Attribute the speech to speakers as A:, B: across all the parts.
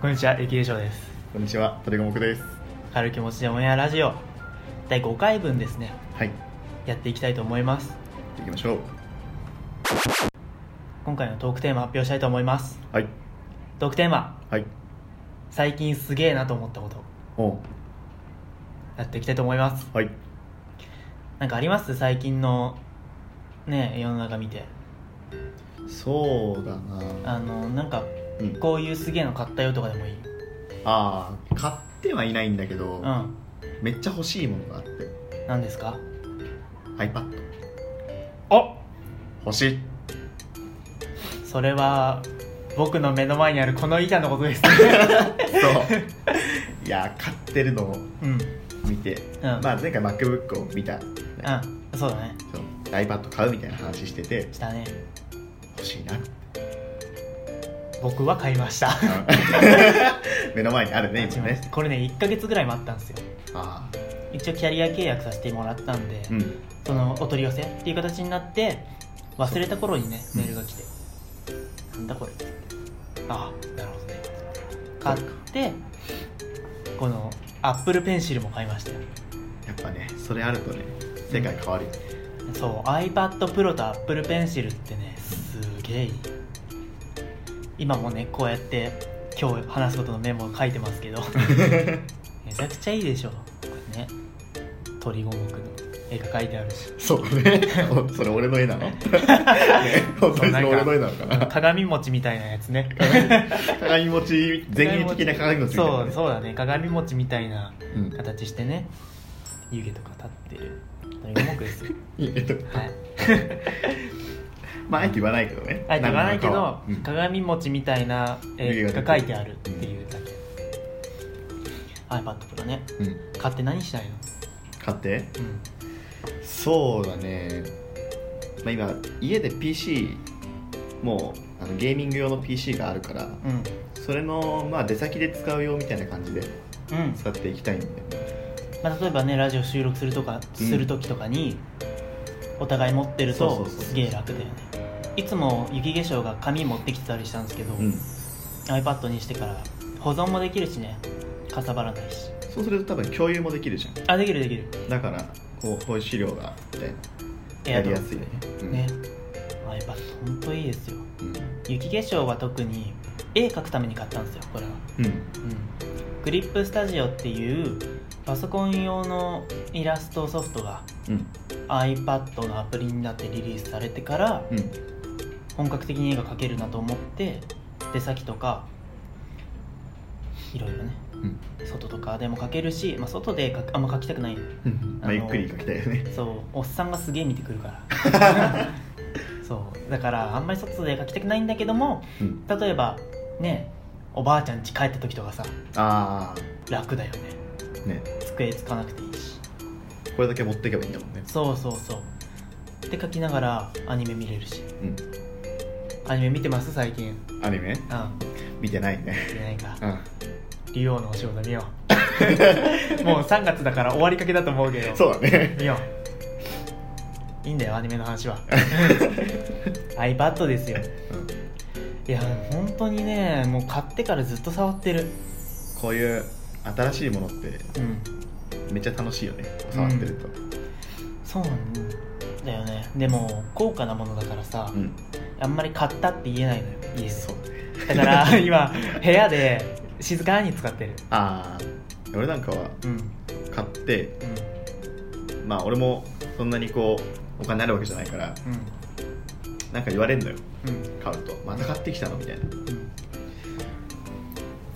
A: こんにちは、駅でしょうです。
B: こんにちは、鳥五目です。
A: 軽い気持ちでオンエアラジオ、第5回分ですね、
B: はい、行
A: やっていきたいと思います。
B: っていきましょう。
A: 今回のトークテーマ発表したいと思います。
B: はい、
A: トークテーマ、
B: はい、
A: 最近すげえなと思ったこと、
B: おう
A: やっていきたいと思います。
B: はい。
A: なんかあります最近の、ね、世の中見て。
B: そうだな。
A: あの、なんか、
B: うん、
A: こういうすげえの買ったよとかでもいい。う
B: ああ、買ってはいないんだけど、
A: ん。
B: めっちゃ欲しいものがあって、
A: 何ですか
B: iPad
A: あ
B: 欲しい。
A: それは、僕の目の前にあるこの板のことです。
B: そう。いやー、買ってるのを
A: うん。うん。
B: 見て、
A: ん
B: まあ前回 MacBook を見た、
A: そうだね。
B: そう iPad 買うみたいな話してて、
A: したね。
B: 欲しい な。
A: 僕は買いました。
B: 目の前にあるね、今ね。
A: これね1ヶ月ぐらい待ったんですよ
B: ああ、
A: 一応キャリア契約させてもらったんで、
B: うん。
A: そのお取り寄せっていう形になって忘れた頃にねメールが来て「なんだこれ」ってああなるほどね買ってこのアップルペンシルも買いましたよ
B: やっぱね、それあるとね、世界変わるよね。
A: そう iPadPro と Apple Pencil ってねすげえいい今もねこうやって今日話すことのメモを書いてます けどめちゃくちゃいいでしょこれね鳥五目の絵が描いてある し
B: そう ねおそれ俺の絵な の、ね、本当にそれ俺の絵なのか な
A: 鏡餅みたいなやつね
B: 鏡餅前衛的な鏡餅みたいな、
A: そうそうだね鏡餅みたいな
B: うん
A: 形してね湯気とか立ってる鳥五目ですよ
B: いいねと
A: はい
B: まああえて言わないけどね
A: あえて言わないけど、
B: うん
A: 鏡餅みたいな絵が書いてあるっていうだけ、iPad とかね
B: うん
A: 買って何したいの
B: 買って
A: うん
B: そうだね、まあ、今家で PC もうあのゲーミング用の PC があるか
A: う
B: ら
A: ん
B: それの、まあ、出先で使うよみたいな感じで
A: うん
B: 使っていきたいんだよね
A: まあ、例えばねラジオ収録するとかする時とかに、お互い持ってる
B: そう
A: と
B: そうそう
A: すげえ楽だよねいつも雪化粧が紙持ってきてたりしたんですけど、
B: うん
A: iPad にしてから保存もできるしねかさばらないし
B: そうすると多分共有もできるじゃん
A: あできるできる
B: だからこうこういう資料があってやりやすいね、うん
A: ね iPad ほんといいですよ
B: うん
A: 雪化粧は特に絵描くために買ったんですよこれは
B: うん
A: うんグリップスタジオっていうパソコン用のイラストソフトが
B: うん
A: iPad のアプリになってリリースされてから
B: うん
A: 本格的に絵が描けるなと思って出先とかいろいろね
B: うん
A: 外とかでも描けるし、まあ、外で描くあんま描きたくない
B: うんまあゆっくり書きたいよね
A: そうおっさんがすげえ見てくるから そうだからあんまり外で描きたくないんだけども
B: うん
A: 例えばねおばあちゃん家帰った時とかさ
B: あ
A: 楽だよね
B: あね
A: 机使わなくていいし
B: これだけ持っていけばいいんだもんね
A: そうそうそうで書きながらアニメ見れるし
B: うん
A: アニメ見てます最近
B: アニメ
A: うん
B: 見てないね
A: 見てないか
B: う
A: 竜王のお仕事見ようもう3月だから終わりかけだと思うけど
B: んそうだね
A: 見よういいんだよアニメの話は iPad ですよ
B: うん
A: いや本当にねもう買ってからずっと触ってる
B: こういう新しいものって
A: うん
B: めっちゃ楽しいよね触ってると
A: そうなんだよねでも高価なものだからさ、
B: ん
A: あんまり買ったって言えないのよ家で
B: そうだ
A: だ
B: ね
A: から 今部屋で静かに使ってる
B: ああ俺なんかは
A: うんうん
B: 買ってまあ俺もそんなにこうお金あるわけじゃないからなんか言われんのよ
A: うんうん
B: 買うとまた買ってきたのみたいなっ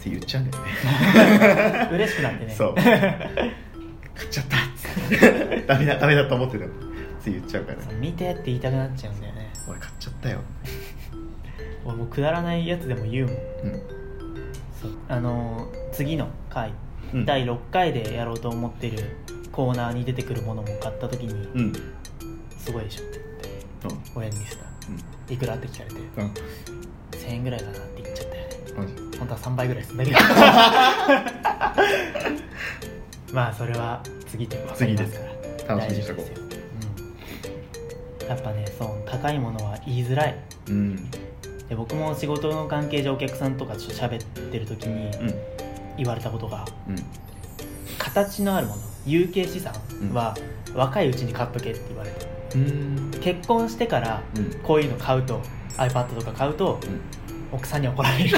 B: て言っちゃうんだよね
A: うん嬉しくなってね
B: そう買っちゃったっつ ってダメだダメだと思ってたつい言っちゃうから
A: そう見てって言いたくなっちゃうんだよね
B: 俺買っちゃったよ
A: 俺もうくだらないやつでも言うもん
B: うん
A: そうあのー次の回、
B: うん
A: 第6回でやろうと思ってるコーナーに出てくるものも買った時に
B: うんうん
A: 「すごいでしょ」って言って親に見せたら
B: う
A: いくらって聞かれて
B: んうん
A: 1000円ぐらいかなって言っちゃったよね
B: マジ
A: 本当は3倍ぐらいすんだ けどまあそれは次で分かりますから
B: 楽しみにしと
A: 大丈夫
B: こ
A: ですようんやっぱねそう高いものは言いづらい
B: うん
A: やで僕も仕事の関係上お客さんとかちょっと喋ってる時に
B: うん
A: 言われたことが
B: うん
A: 形のあるもの有形資産は若いうちに買っとけって言われて
B: うん
A: 結婚してから
B: うん
A: こういうの買うと iPad とか買うと奥さんに怒られ る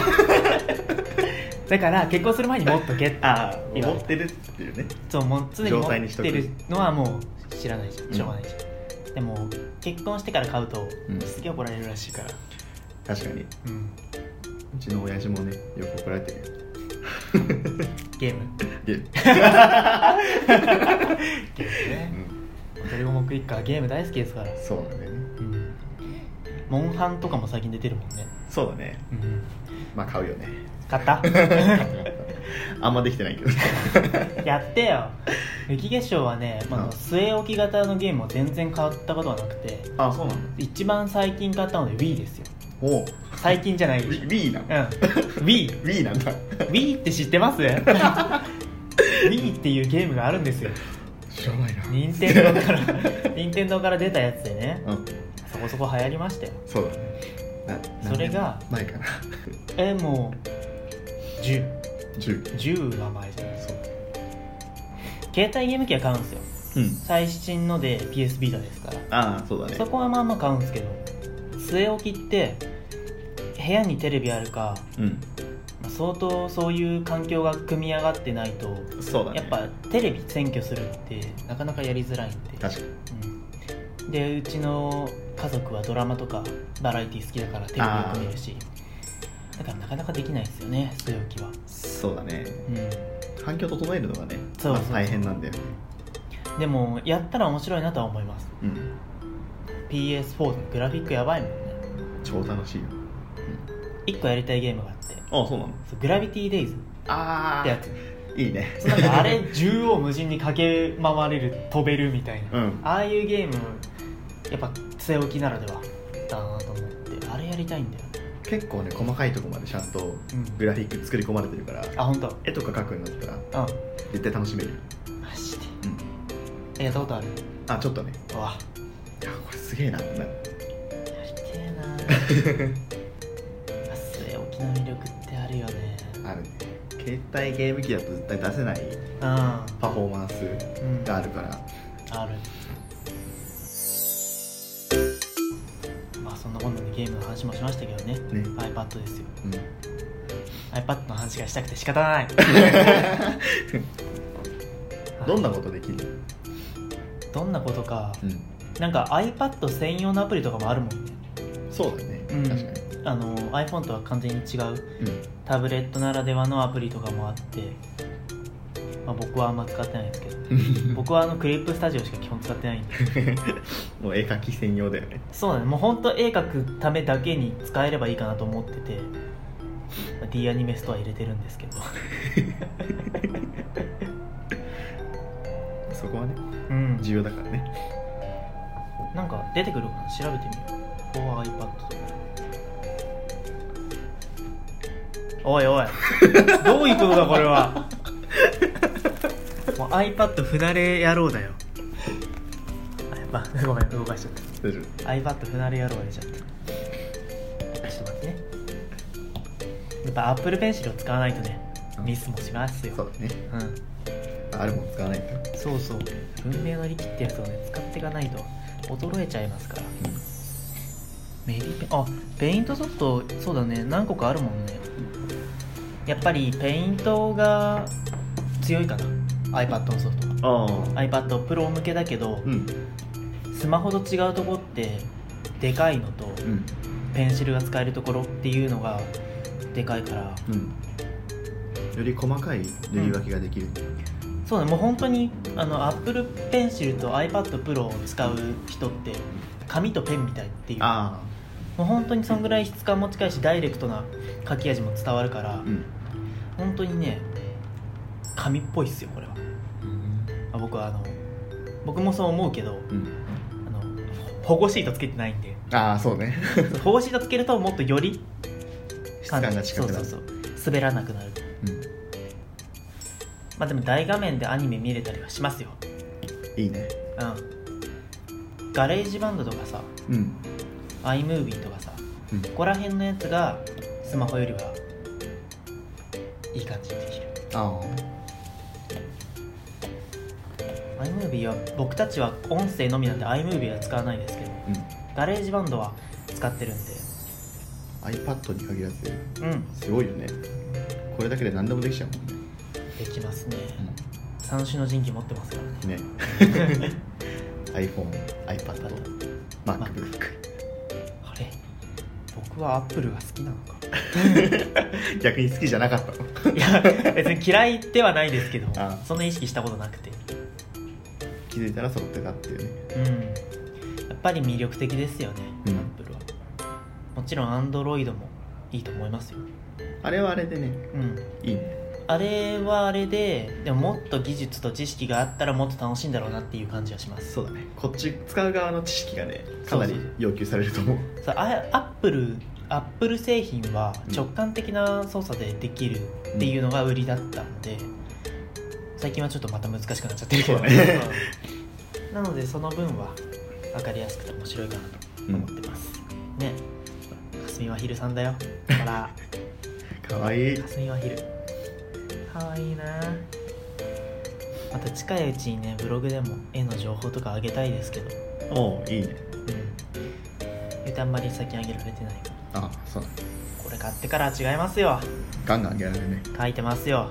A: だから結婚する前に持っとけって
B: ああ
A: 今
B: 持ってるっていうね
A: そうもう常に持
B: 状態にし
A: っ
B: と
A: て
B: く
A: るのはもう知らないじゃ
B: うんん
A: しょうがないじゃん、でも結婚してから買うと
B: うん
A: すげえ怒られるらしいから
B: 確かにう
A: うん
B: ちの親父もねよく怒られてる
A: ゲーム
B: で、
A: ゲーム
B: う
A: ね
B: ん、
A: それも僕一家はゲーム大好きですから
B: そうなんだよね
A: うんモンハンとかも最近出てるもんね
B: そうだね
A: うん
B: まあ買う よね
A: 買 った
B: あんまできてないけど
A: やってよ雪化粧はね、ま
B: うん
A: あ、据え置き型のゲームを全然変わったことはなくて
B: あそうなんだ
A: 一番最近買ったので Wii ですよ
B: おお
A: 最近じゃないでしょ
B: Wii な
A: うんん
B: だ
A: Wii
B: Wii なんだ
A: Wii って知ってます ?Wii っていうゲームがあるんですよ
B: 知らないな
A: 任天堂 から任天堂から出たやつでね
B: うん
A: そこそこ流行りましたよ
B: そうだねな
A: それが
B: 何年前かな
A: えもう1010
B: 10
A: は前じゃない
B: そう
A: 携帯ゲーム機は買うんですよ
B: うん
A: 最新ので PS ビータですから
B: ああそうだね
A: そこはまあまあ買うんですけど据え置きって部屋にテレビあるか、
B: うん
A: まあ相当そういう環境が組み上がってないと、
B: そうだね
A: やっぱテレビ占拠するってなかなかやりづらいんで
B: 確かに
A: うんでうちの家族はドラマとかバラエティ好きだからテレビよく見るしだからなかなかできないですよね据え置きは
B: そうだね
A: うん
B: 環境整えるのがね
A: そうそう
B: まあ大変なんだよね
A: でもやったら面白いなとは思います
B: うん
A: PS4 のグラフィックやばいもんね
B: 超楽しいよ
A: 1個やりたいゲームがあって
B: あそうなの
A: そうグラビティデイズっ
B: あ
A: てやつ
B: あいいね
A: なんかあれ縦横無尽に駆け回れる飛べるみたいな、
B: うん
A: ああいうゲームやっぱ据え置きならではだなと思ってあれやりたいんだよね
B: 結構ね細かいとこまでちゃんと
A: うん
B: グラフィック作り込まれてるから
A: あ本当。
B: 絵とか描くようになったら
A: う
B: 絶対楽しめるよ
A: んマジで
B: うん
A: えやったことある
B: あちょっとね
A: うわ
B: いやこれすげえなってな
A: や
B: る
A: りてえな据え置きの魅力ってあるよね
B: あるね携帯ゲーム機だと絶対出せないパフォーマンス
A: うん、うん、
B: があるから
A: あるまあそんなことでゲームの話もしましたけどね
B: ね
A: iPad ですよ
B: うん
A: iPad の話がしたくて仕方ない
B: どんなことできる
A: どんなことか
B: うん
A: なんか iPad 専用のアプリとかもあるもんね
B: そうだね
A: うん
B: 確かに
A: あの iPhone とは完全に違う
B: うん
A: タブレットならではのアプリとかもあって、まあ、僕はあんま使ってないんですけど僕はあのクリップスタジオしか基本使ってないんで
B: もう絵描き専用だよね
A: そうだねもう本当絵描くためだけに使えればいいかなと思っててまあ D アニメストア入れてるんですけど
B: そこはね
A: うん
B: 重要だからね
A: なんか出てくるかな調べてみよう for iPad とかおいお いどういうことだこれ はもう iPad 不慣れ野郎だよあやばごめん動かしちゃっ
B: 大丈夫
A: た iPad 不慣れ野郎が出ちゃったちょっと待ってねやっぱ Apple Pencil を使わないとねミスもしますよ
B: そうだね
A: うん
B: あるもん使わないと
A: そうそう文明の利器ってやつをね使っていかないと衰えちゃいますからメリーペンあペイントソフトそうだね何個かあるもんねやっぱりペイントが強いかな iPad のソフトが
B: あ
A: iPad Pro 向けだけど
B: うん
A: スマホと違うとこってでかいのと
B: うん
A: ペンシルが使えるところっていうのがでかいから
B: うんより細かい塗り分けができる、
A: そうだねもう本当にあの Apple Pencil と iPad Pro を使う人って紙とペンみたいっていう
B: あ
A: もう本当にそんぐらい質感も近いしダイレクトな書き味も伝わるから、
B: あうん
A: 本当にね紙っぽいっすよこれは、まあ僕はあの僕もそう思うけど
B: うん
A: あの保護シートつけてないんで
B: ああそう ね
A: 保護シートつけるともっとより
B: 質感が近くなる
A: そうそうそう滑らなくなるまあでも大画面でアニメ見れたりはしますよ
B: うんいいね
A: うんガレージバンドとかさ
B: うん
A: iMovie とかさ
B: うん
A: ここら辺のやつがスマホよりはいい感じにできる
B: あ
A: iMovie は僕たちは音声のみなんで iMovie は使わないですけど
B: うん
A: ガレージバンドは使ってるんで
B: iPad に限らず
A: うん
B: すごいよねこれだけで何でもできちゃうもんね、
A: できますね三種の神器持ってますからね
B: うん、ね iPhoneiPadMacBook
A: あれ僕はアップルが好きなのか
B: 逆に好きじゃなかったの
A: いや別に嫌いではないですけど
B: あ
A: そんな意識したことなくて
B: 気づいたら揃ってたっていうね
A: うんやっぱり魅力的ですよね、
B: う
A: ア
B: ん
A: ップルはもちろんアンドロイドもいいと思いますよ
B: あれはあれでね
A: うん
B: いいね
A: あれはあれででももっと技術と知識があったらもっと楽しいんだろうなっていう感じがします
B: そうだねこっち使う側の知識がねかなり
A: そうそう
B: 要求されると思う
A: さあアップルアップル製品は直感的な操作でできるっていうのが売りだったので、最近はちょっとまた難しくなっちゃってるけど
B: そうだね
A: うんなのでその分は分かりやすくて面白いかなと思ってます、ねかすみはひるさんだよほら
B: かわいい
A: かすみはひるかわいいなまた近いうちにねブログでも絵の情報とかあげたいですけど
B: おおいいね
A: うん言うてあんまり最近あげられてない
B: あそうだね
A: これ買ってからは違いますよ
B: ガンガンやられるね
A: 書いてますよ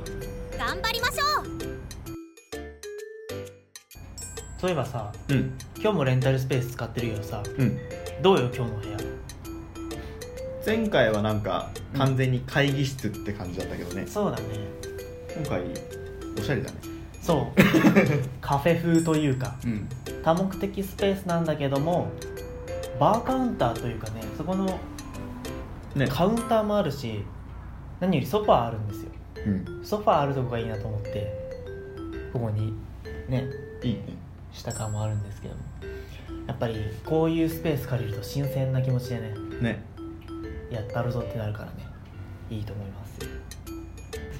C: 頑張りましょう
A: そういえばさ
B: うん
A: 今日もレンタルスペース使ってるけどさ
B: うん
A: どうよ今日の部屋
B: 前回はなんか
A: うん
B: 完全に会議室って感じだったけどね、
A: そうだね
B: 今回おしゃれだね
A: そう カフェ風というか
B: うん
A: 多目的スペースなんだけどもバーカウンターというかねそこの
B: ね
A: カウンターもあるし何よりソファーあるんですよ
B: うん
A: ソファーあるとこがいいなと思ってここにね
B: いいね
A: した感もあるんですけどもやっぱりこういうスペース借りると新鮮な気持ちでね
B: ね
A: やったるぞってなるからねいいと思いま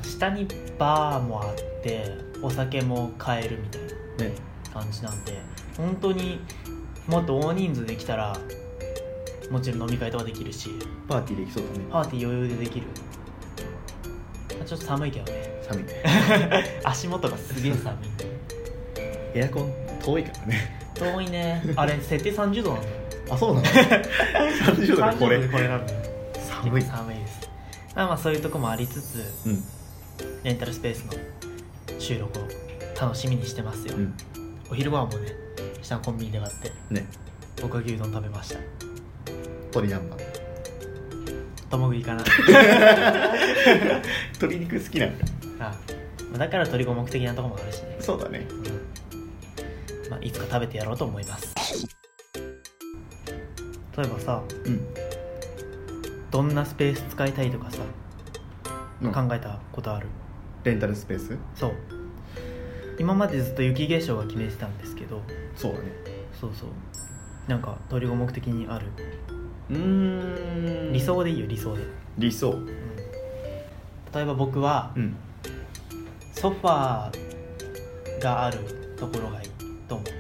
A: す下にバーもあってお酒も買えるみたい
B: ね
A: な感じなんで本当にもっと大人数で来たらもちろん飲み会とかできるし
B: パーティーできそうだね
A: パーティー余裕でできるちょっと寒いけどね
B: 寒いね
A: 足元がすげえ寒い
B: エアコン遠いからね
A: 遠いねあれ設定30度なんだよ
B: あそうなの30度でこれ
A: 30これなんだよ
B: 寒い
A: 結構寒いですまあまあそういうとこもありつつ
B: うん
A: レンタルスペースの収録を楽しみにしてますよ、
B: うん
A: お昼ご飯もね下のコンビニで買って
B: ね
A: 僕は牛丼食べました
B: 鶏南蛮
A: とも食 いかな
B: 鶏肉好きなんだ
A: あまあだから鶏五目的なとこもあるしね、
B: そうだね
A: うんまあ、いつか食べてやろうと思います例えばさ
B: うん
A: どんなスペース使いたいとかさ、
B: うん
A: 考えたことある
B: レンタルスペース
A: そう今までずっと雪化粧が決めてたんですけど
B: そうだね
A: そうそうなんか鳥五目的にある
B: うーん
A: 理想でいいよ理想で、
B: 理想
A: 例えば僕は
B: うん
A: ソファーがあるところがいいと思ってる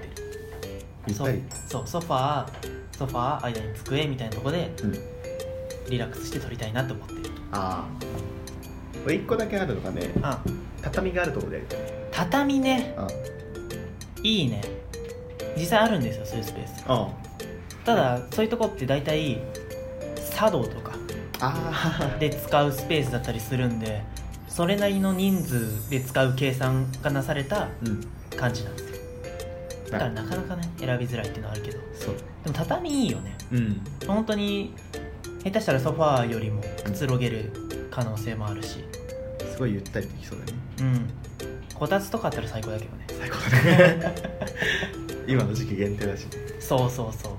B: ゆったり
A: そうそうソファーソファー間に机みたいなとこで
B: うん
A: リラックスして撮りたいなと思ってる
B: ああ俺1個だけあるのがね
A: あ
B: 畳があるところでやりたい
A: 畳ね
B: あ
A: いいね実際あるんですよそういうスペース
B: あ
A: ただそういうとこって大体茶道とか
B: あ
A: で使うスペースだったりするんでそれなりの人数で使う計算がなされた
B: ーうん
A: 感じなんですよだからなかなかね選びづらいっていうのはあるけどで
B: そう
A: も畳いいよね
B: うん
A: 本当に下手したらソファーよりもくつろげる可能性もあるし
B: すごいゆったりできそう だね
A: うんこたつとかあったら最高だけどね
B: 最高だね 今の時期限定だし
A: そうそうそう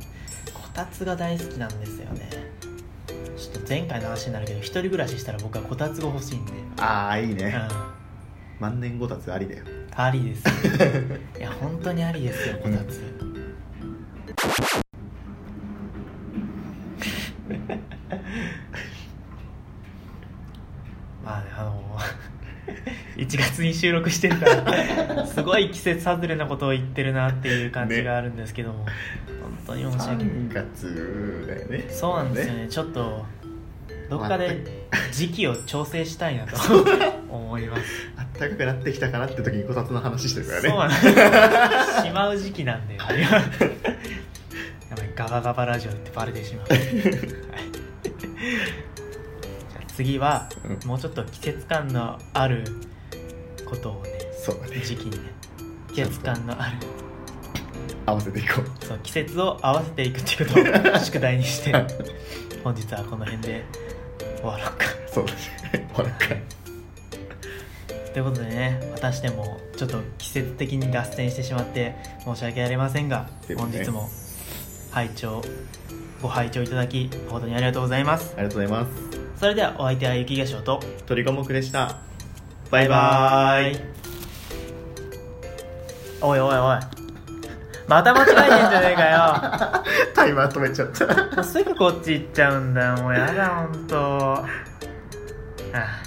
A: こたつが大好きなんですよねちょっと前回の話になるけど一人暮らししたら僕はこたつが欲しいんで
B: ああいい
A: うん
B: ね万年ごたつありだよ
A: ありです いや本当にありですよこた つ まあねあの一7月に収録してるから すごい季節外れなことを言ってるなっていう感じがあるんですけども、本当に申し訳ない
B: 3月だよね
A: そうなんですよねちょっとどっか
B: ま
A: で時期を調整したいなと 思います
B: あったかくなってきたかなって時にこたつの話してるからね
A: そうなんですしまう時期なんで、ね、やばいガバガバラジオってバレてしまう、はい、じゃあ次は、
B: う
A: もうちょっと季節感のあることをね
B: そうだね
A: 時期にね季節感のある
B: 合わせていこう
A: そう季節を合わせていくっていうことを宿題にして本日はこの辺で終わろうか
B: そうだね ほらか
A: ということでね私でもちょっと季節的に脱線してしまって申し訳ありませんが、
B: でも
A: 本
B: ね
A: 日も拝聴ご拝聴いただき誠にありがとうございます
B: ありがとうございます
A: それではお相手は雪化粧と
B: 鳥五目でした
A: バ
B: バイバーイ
A: おいおいおいまた間違えてんじゃねえかよ
B: タイマー止めちゃった
A: もうすぐこっち行っちゃうんだよもうやだほんとああ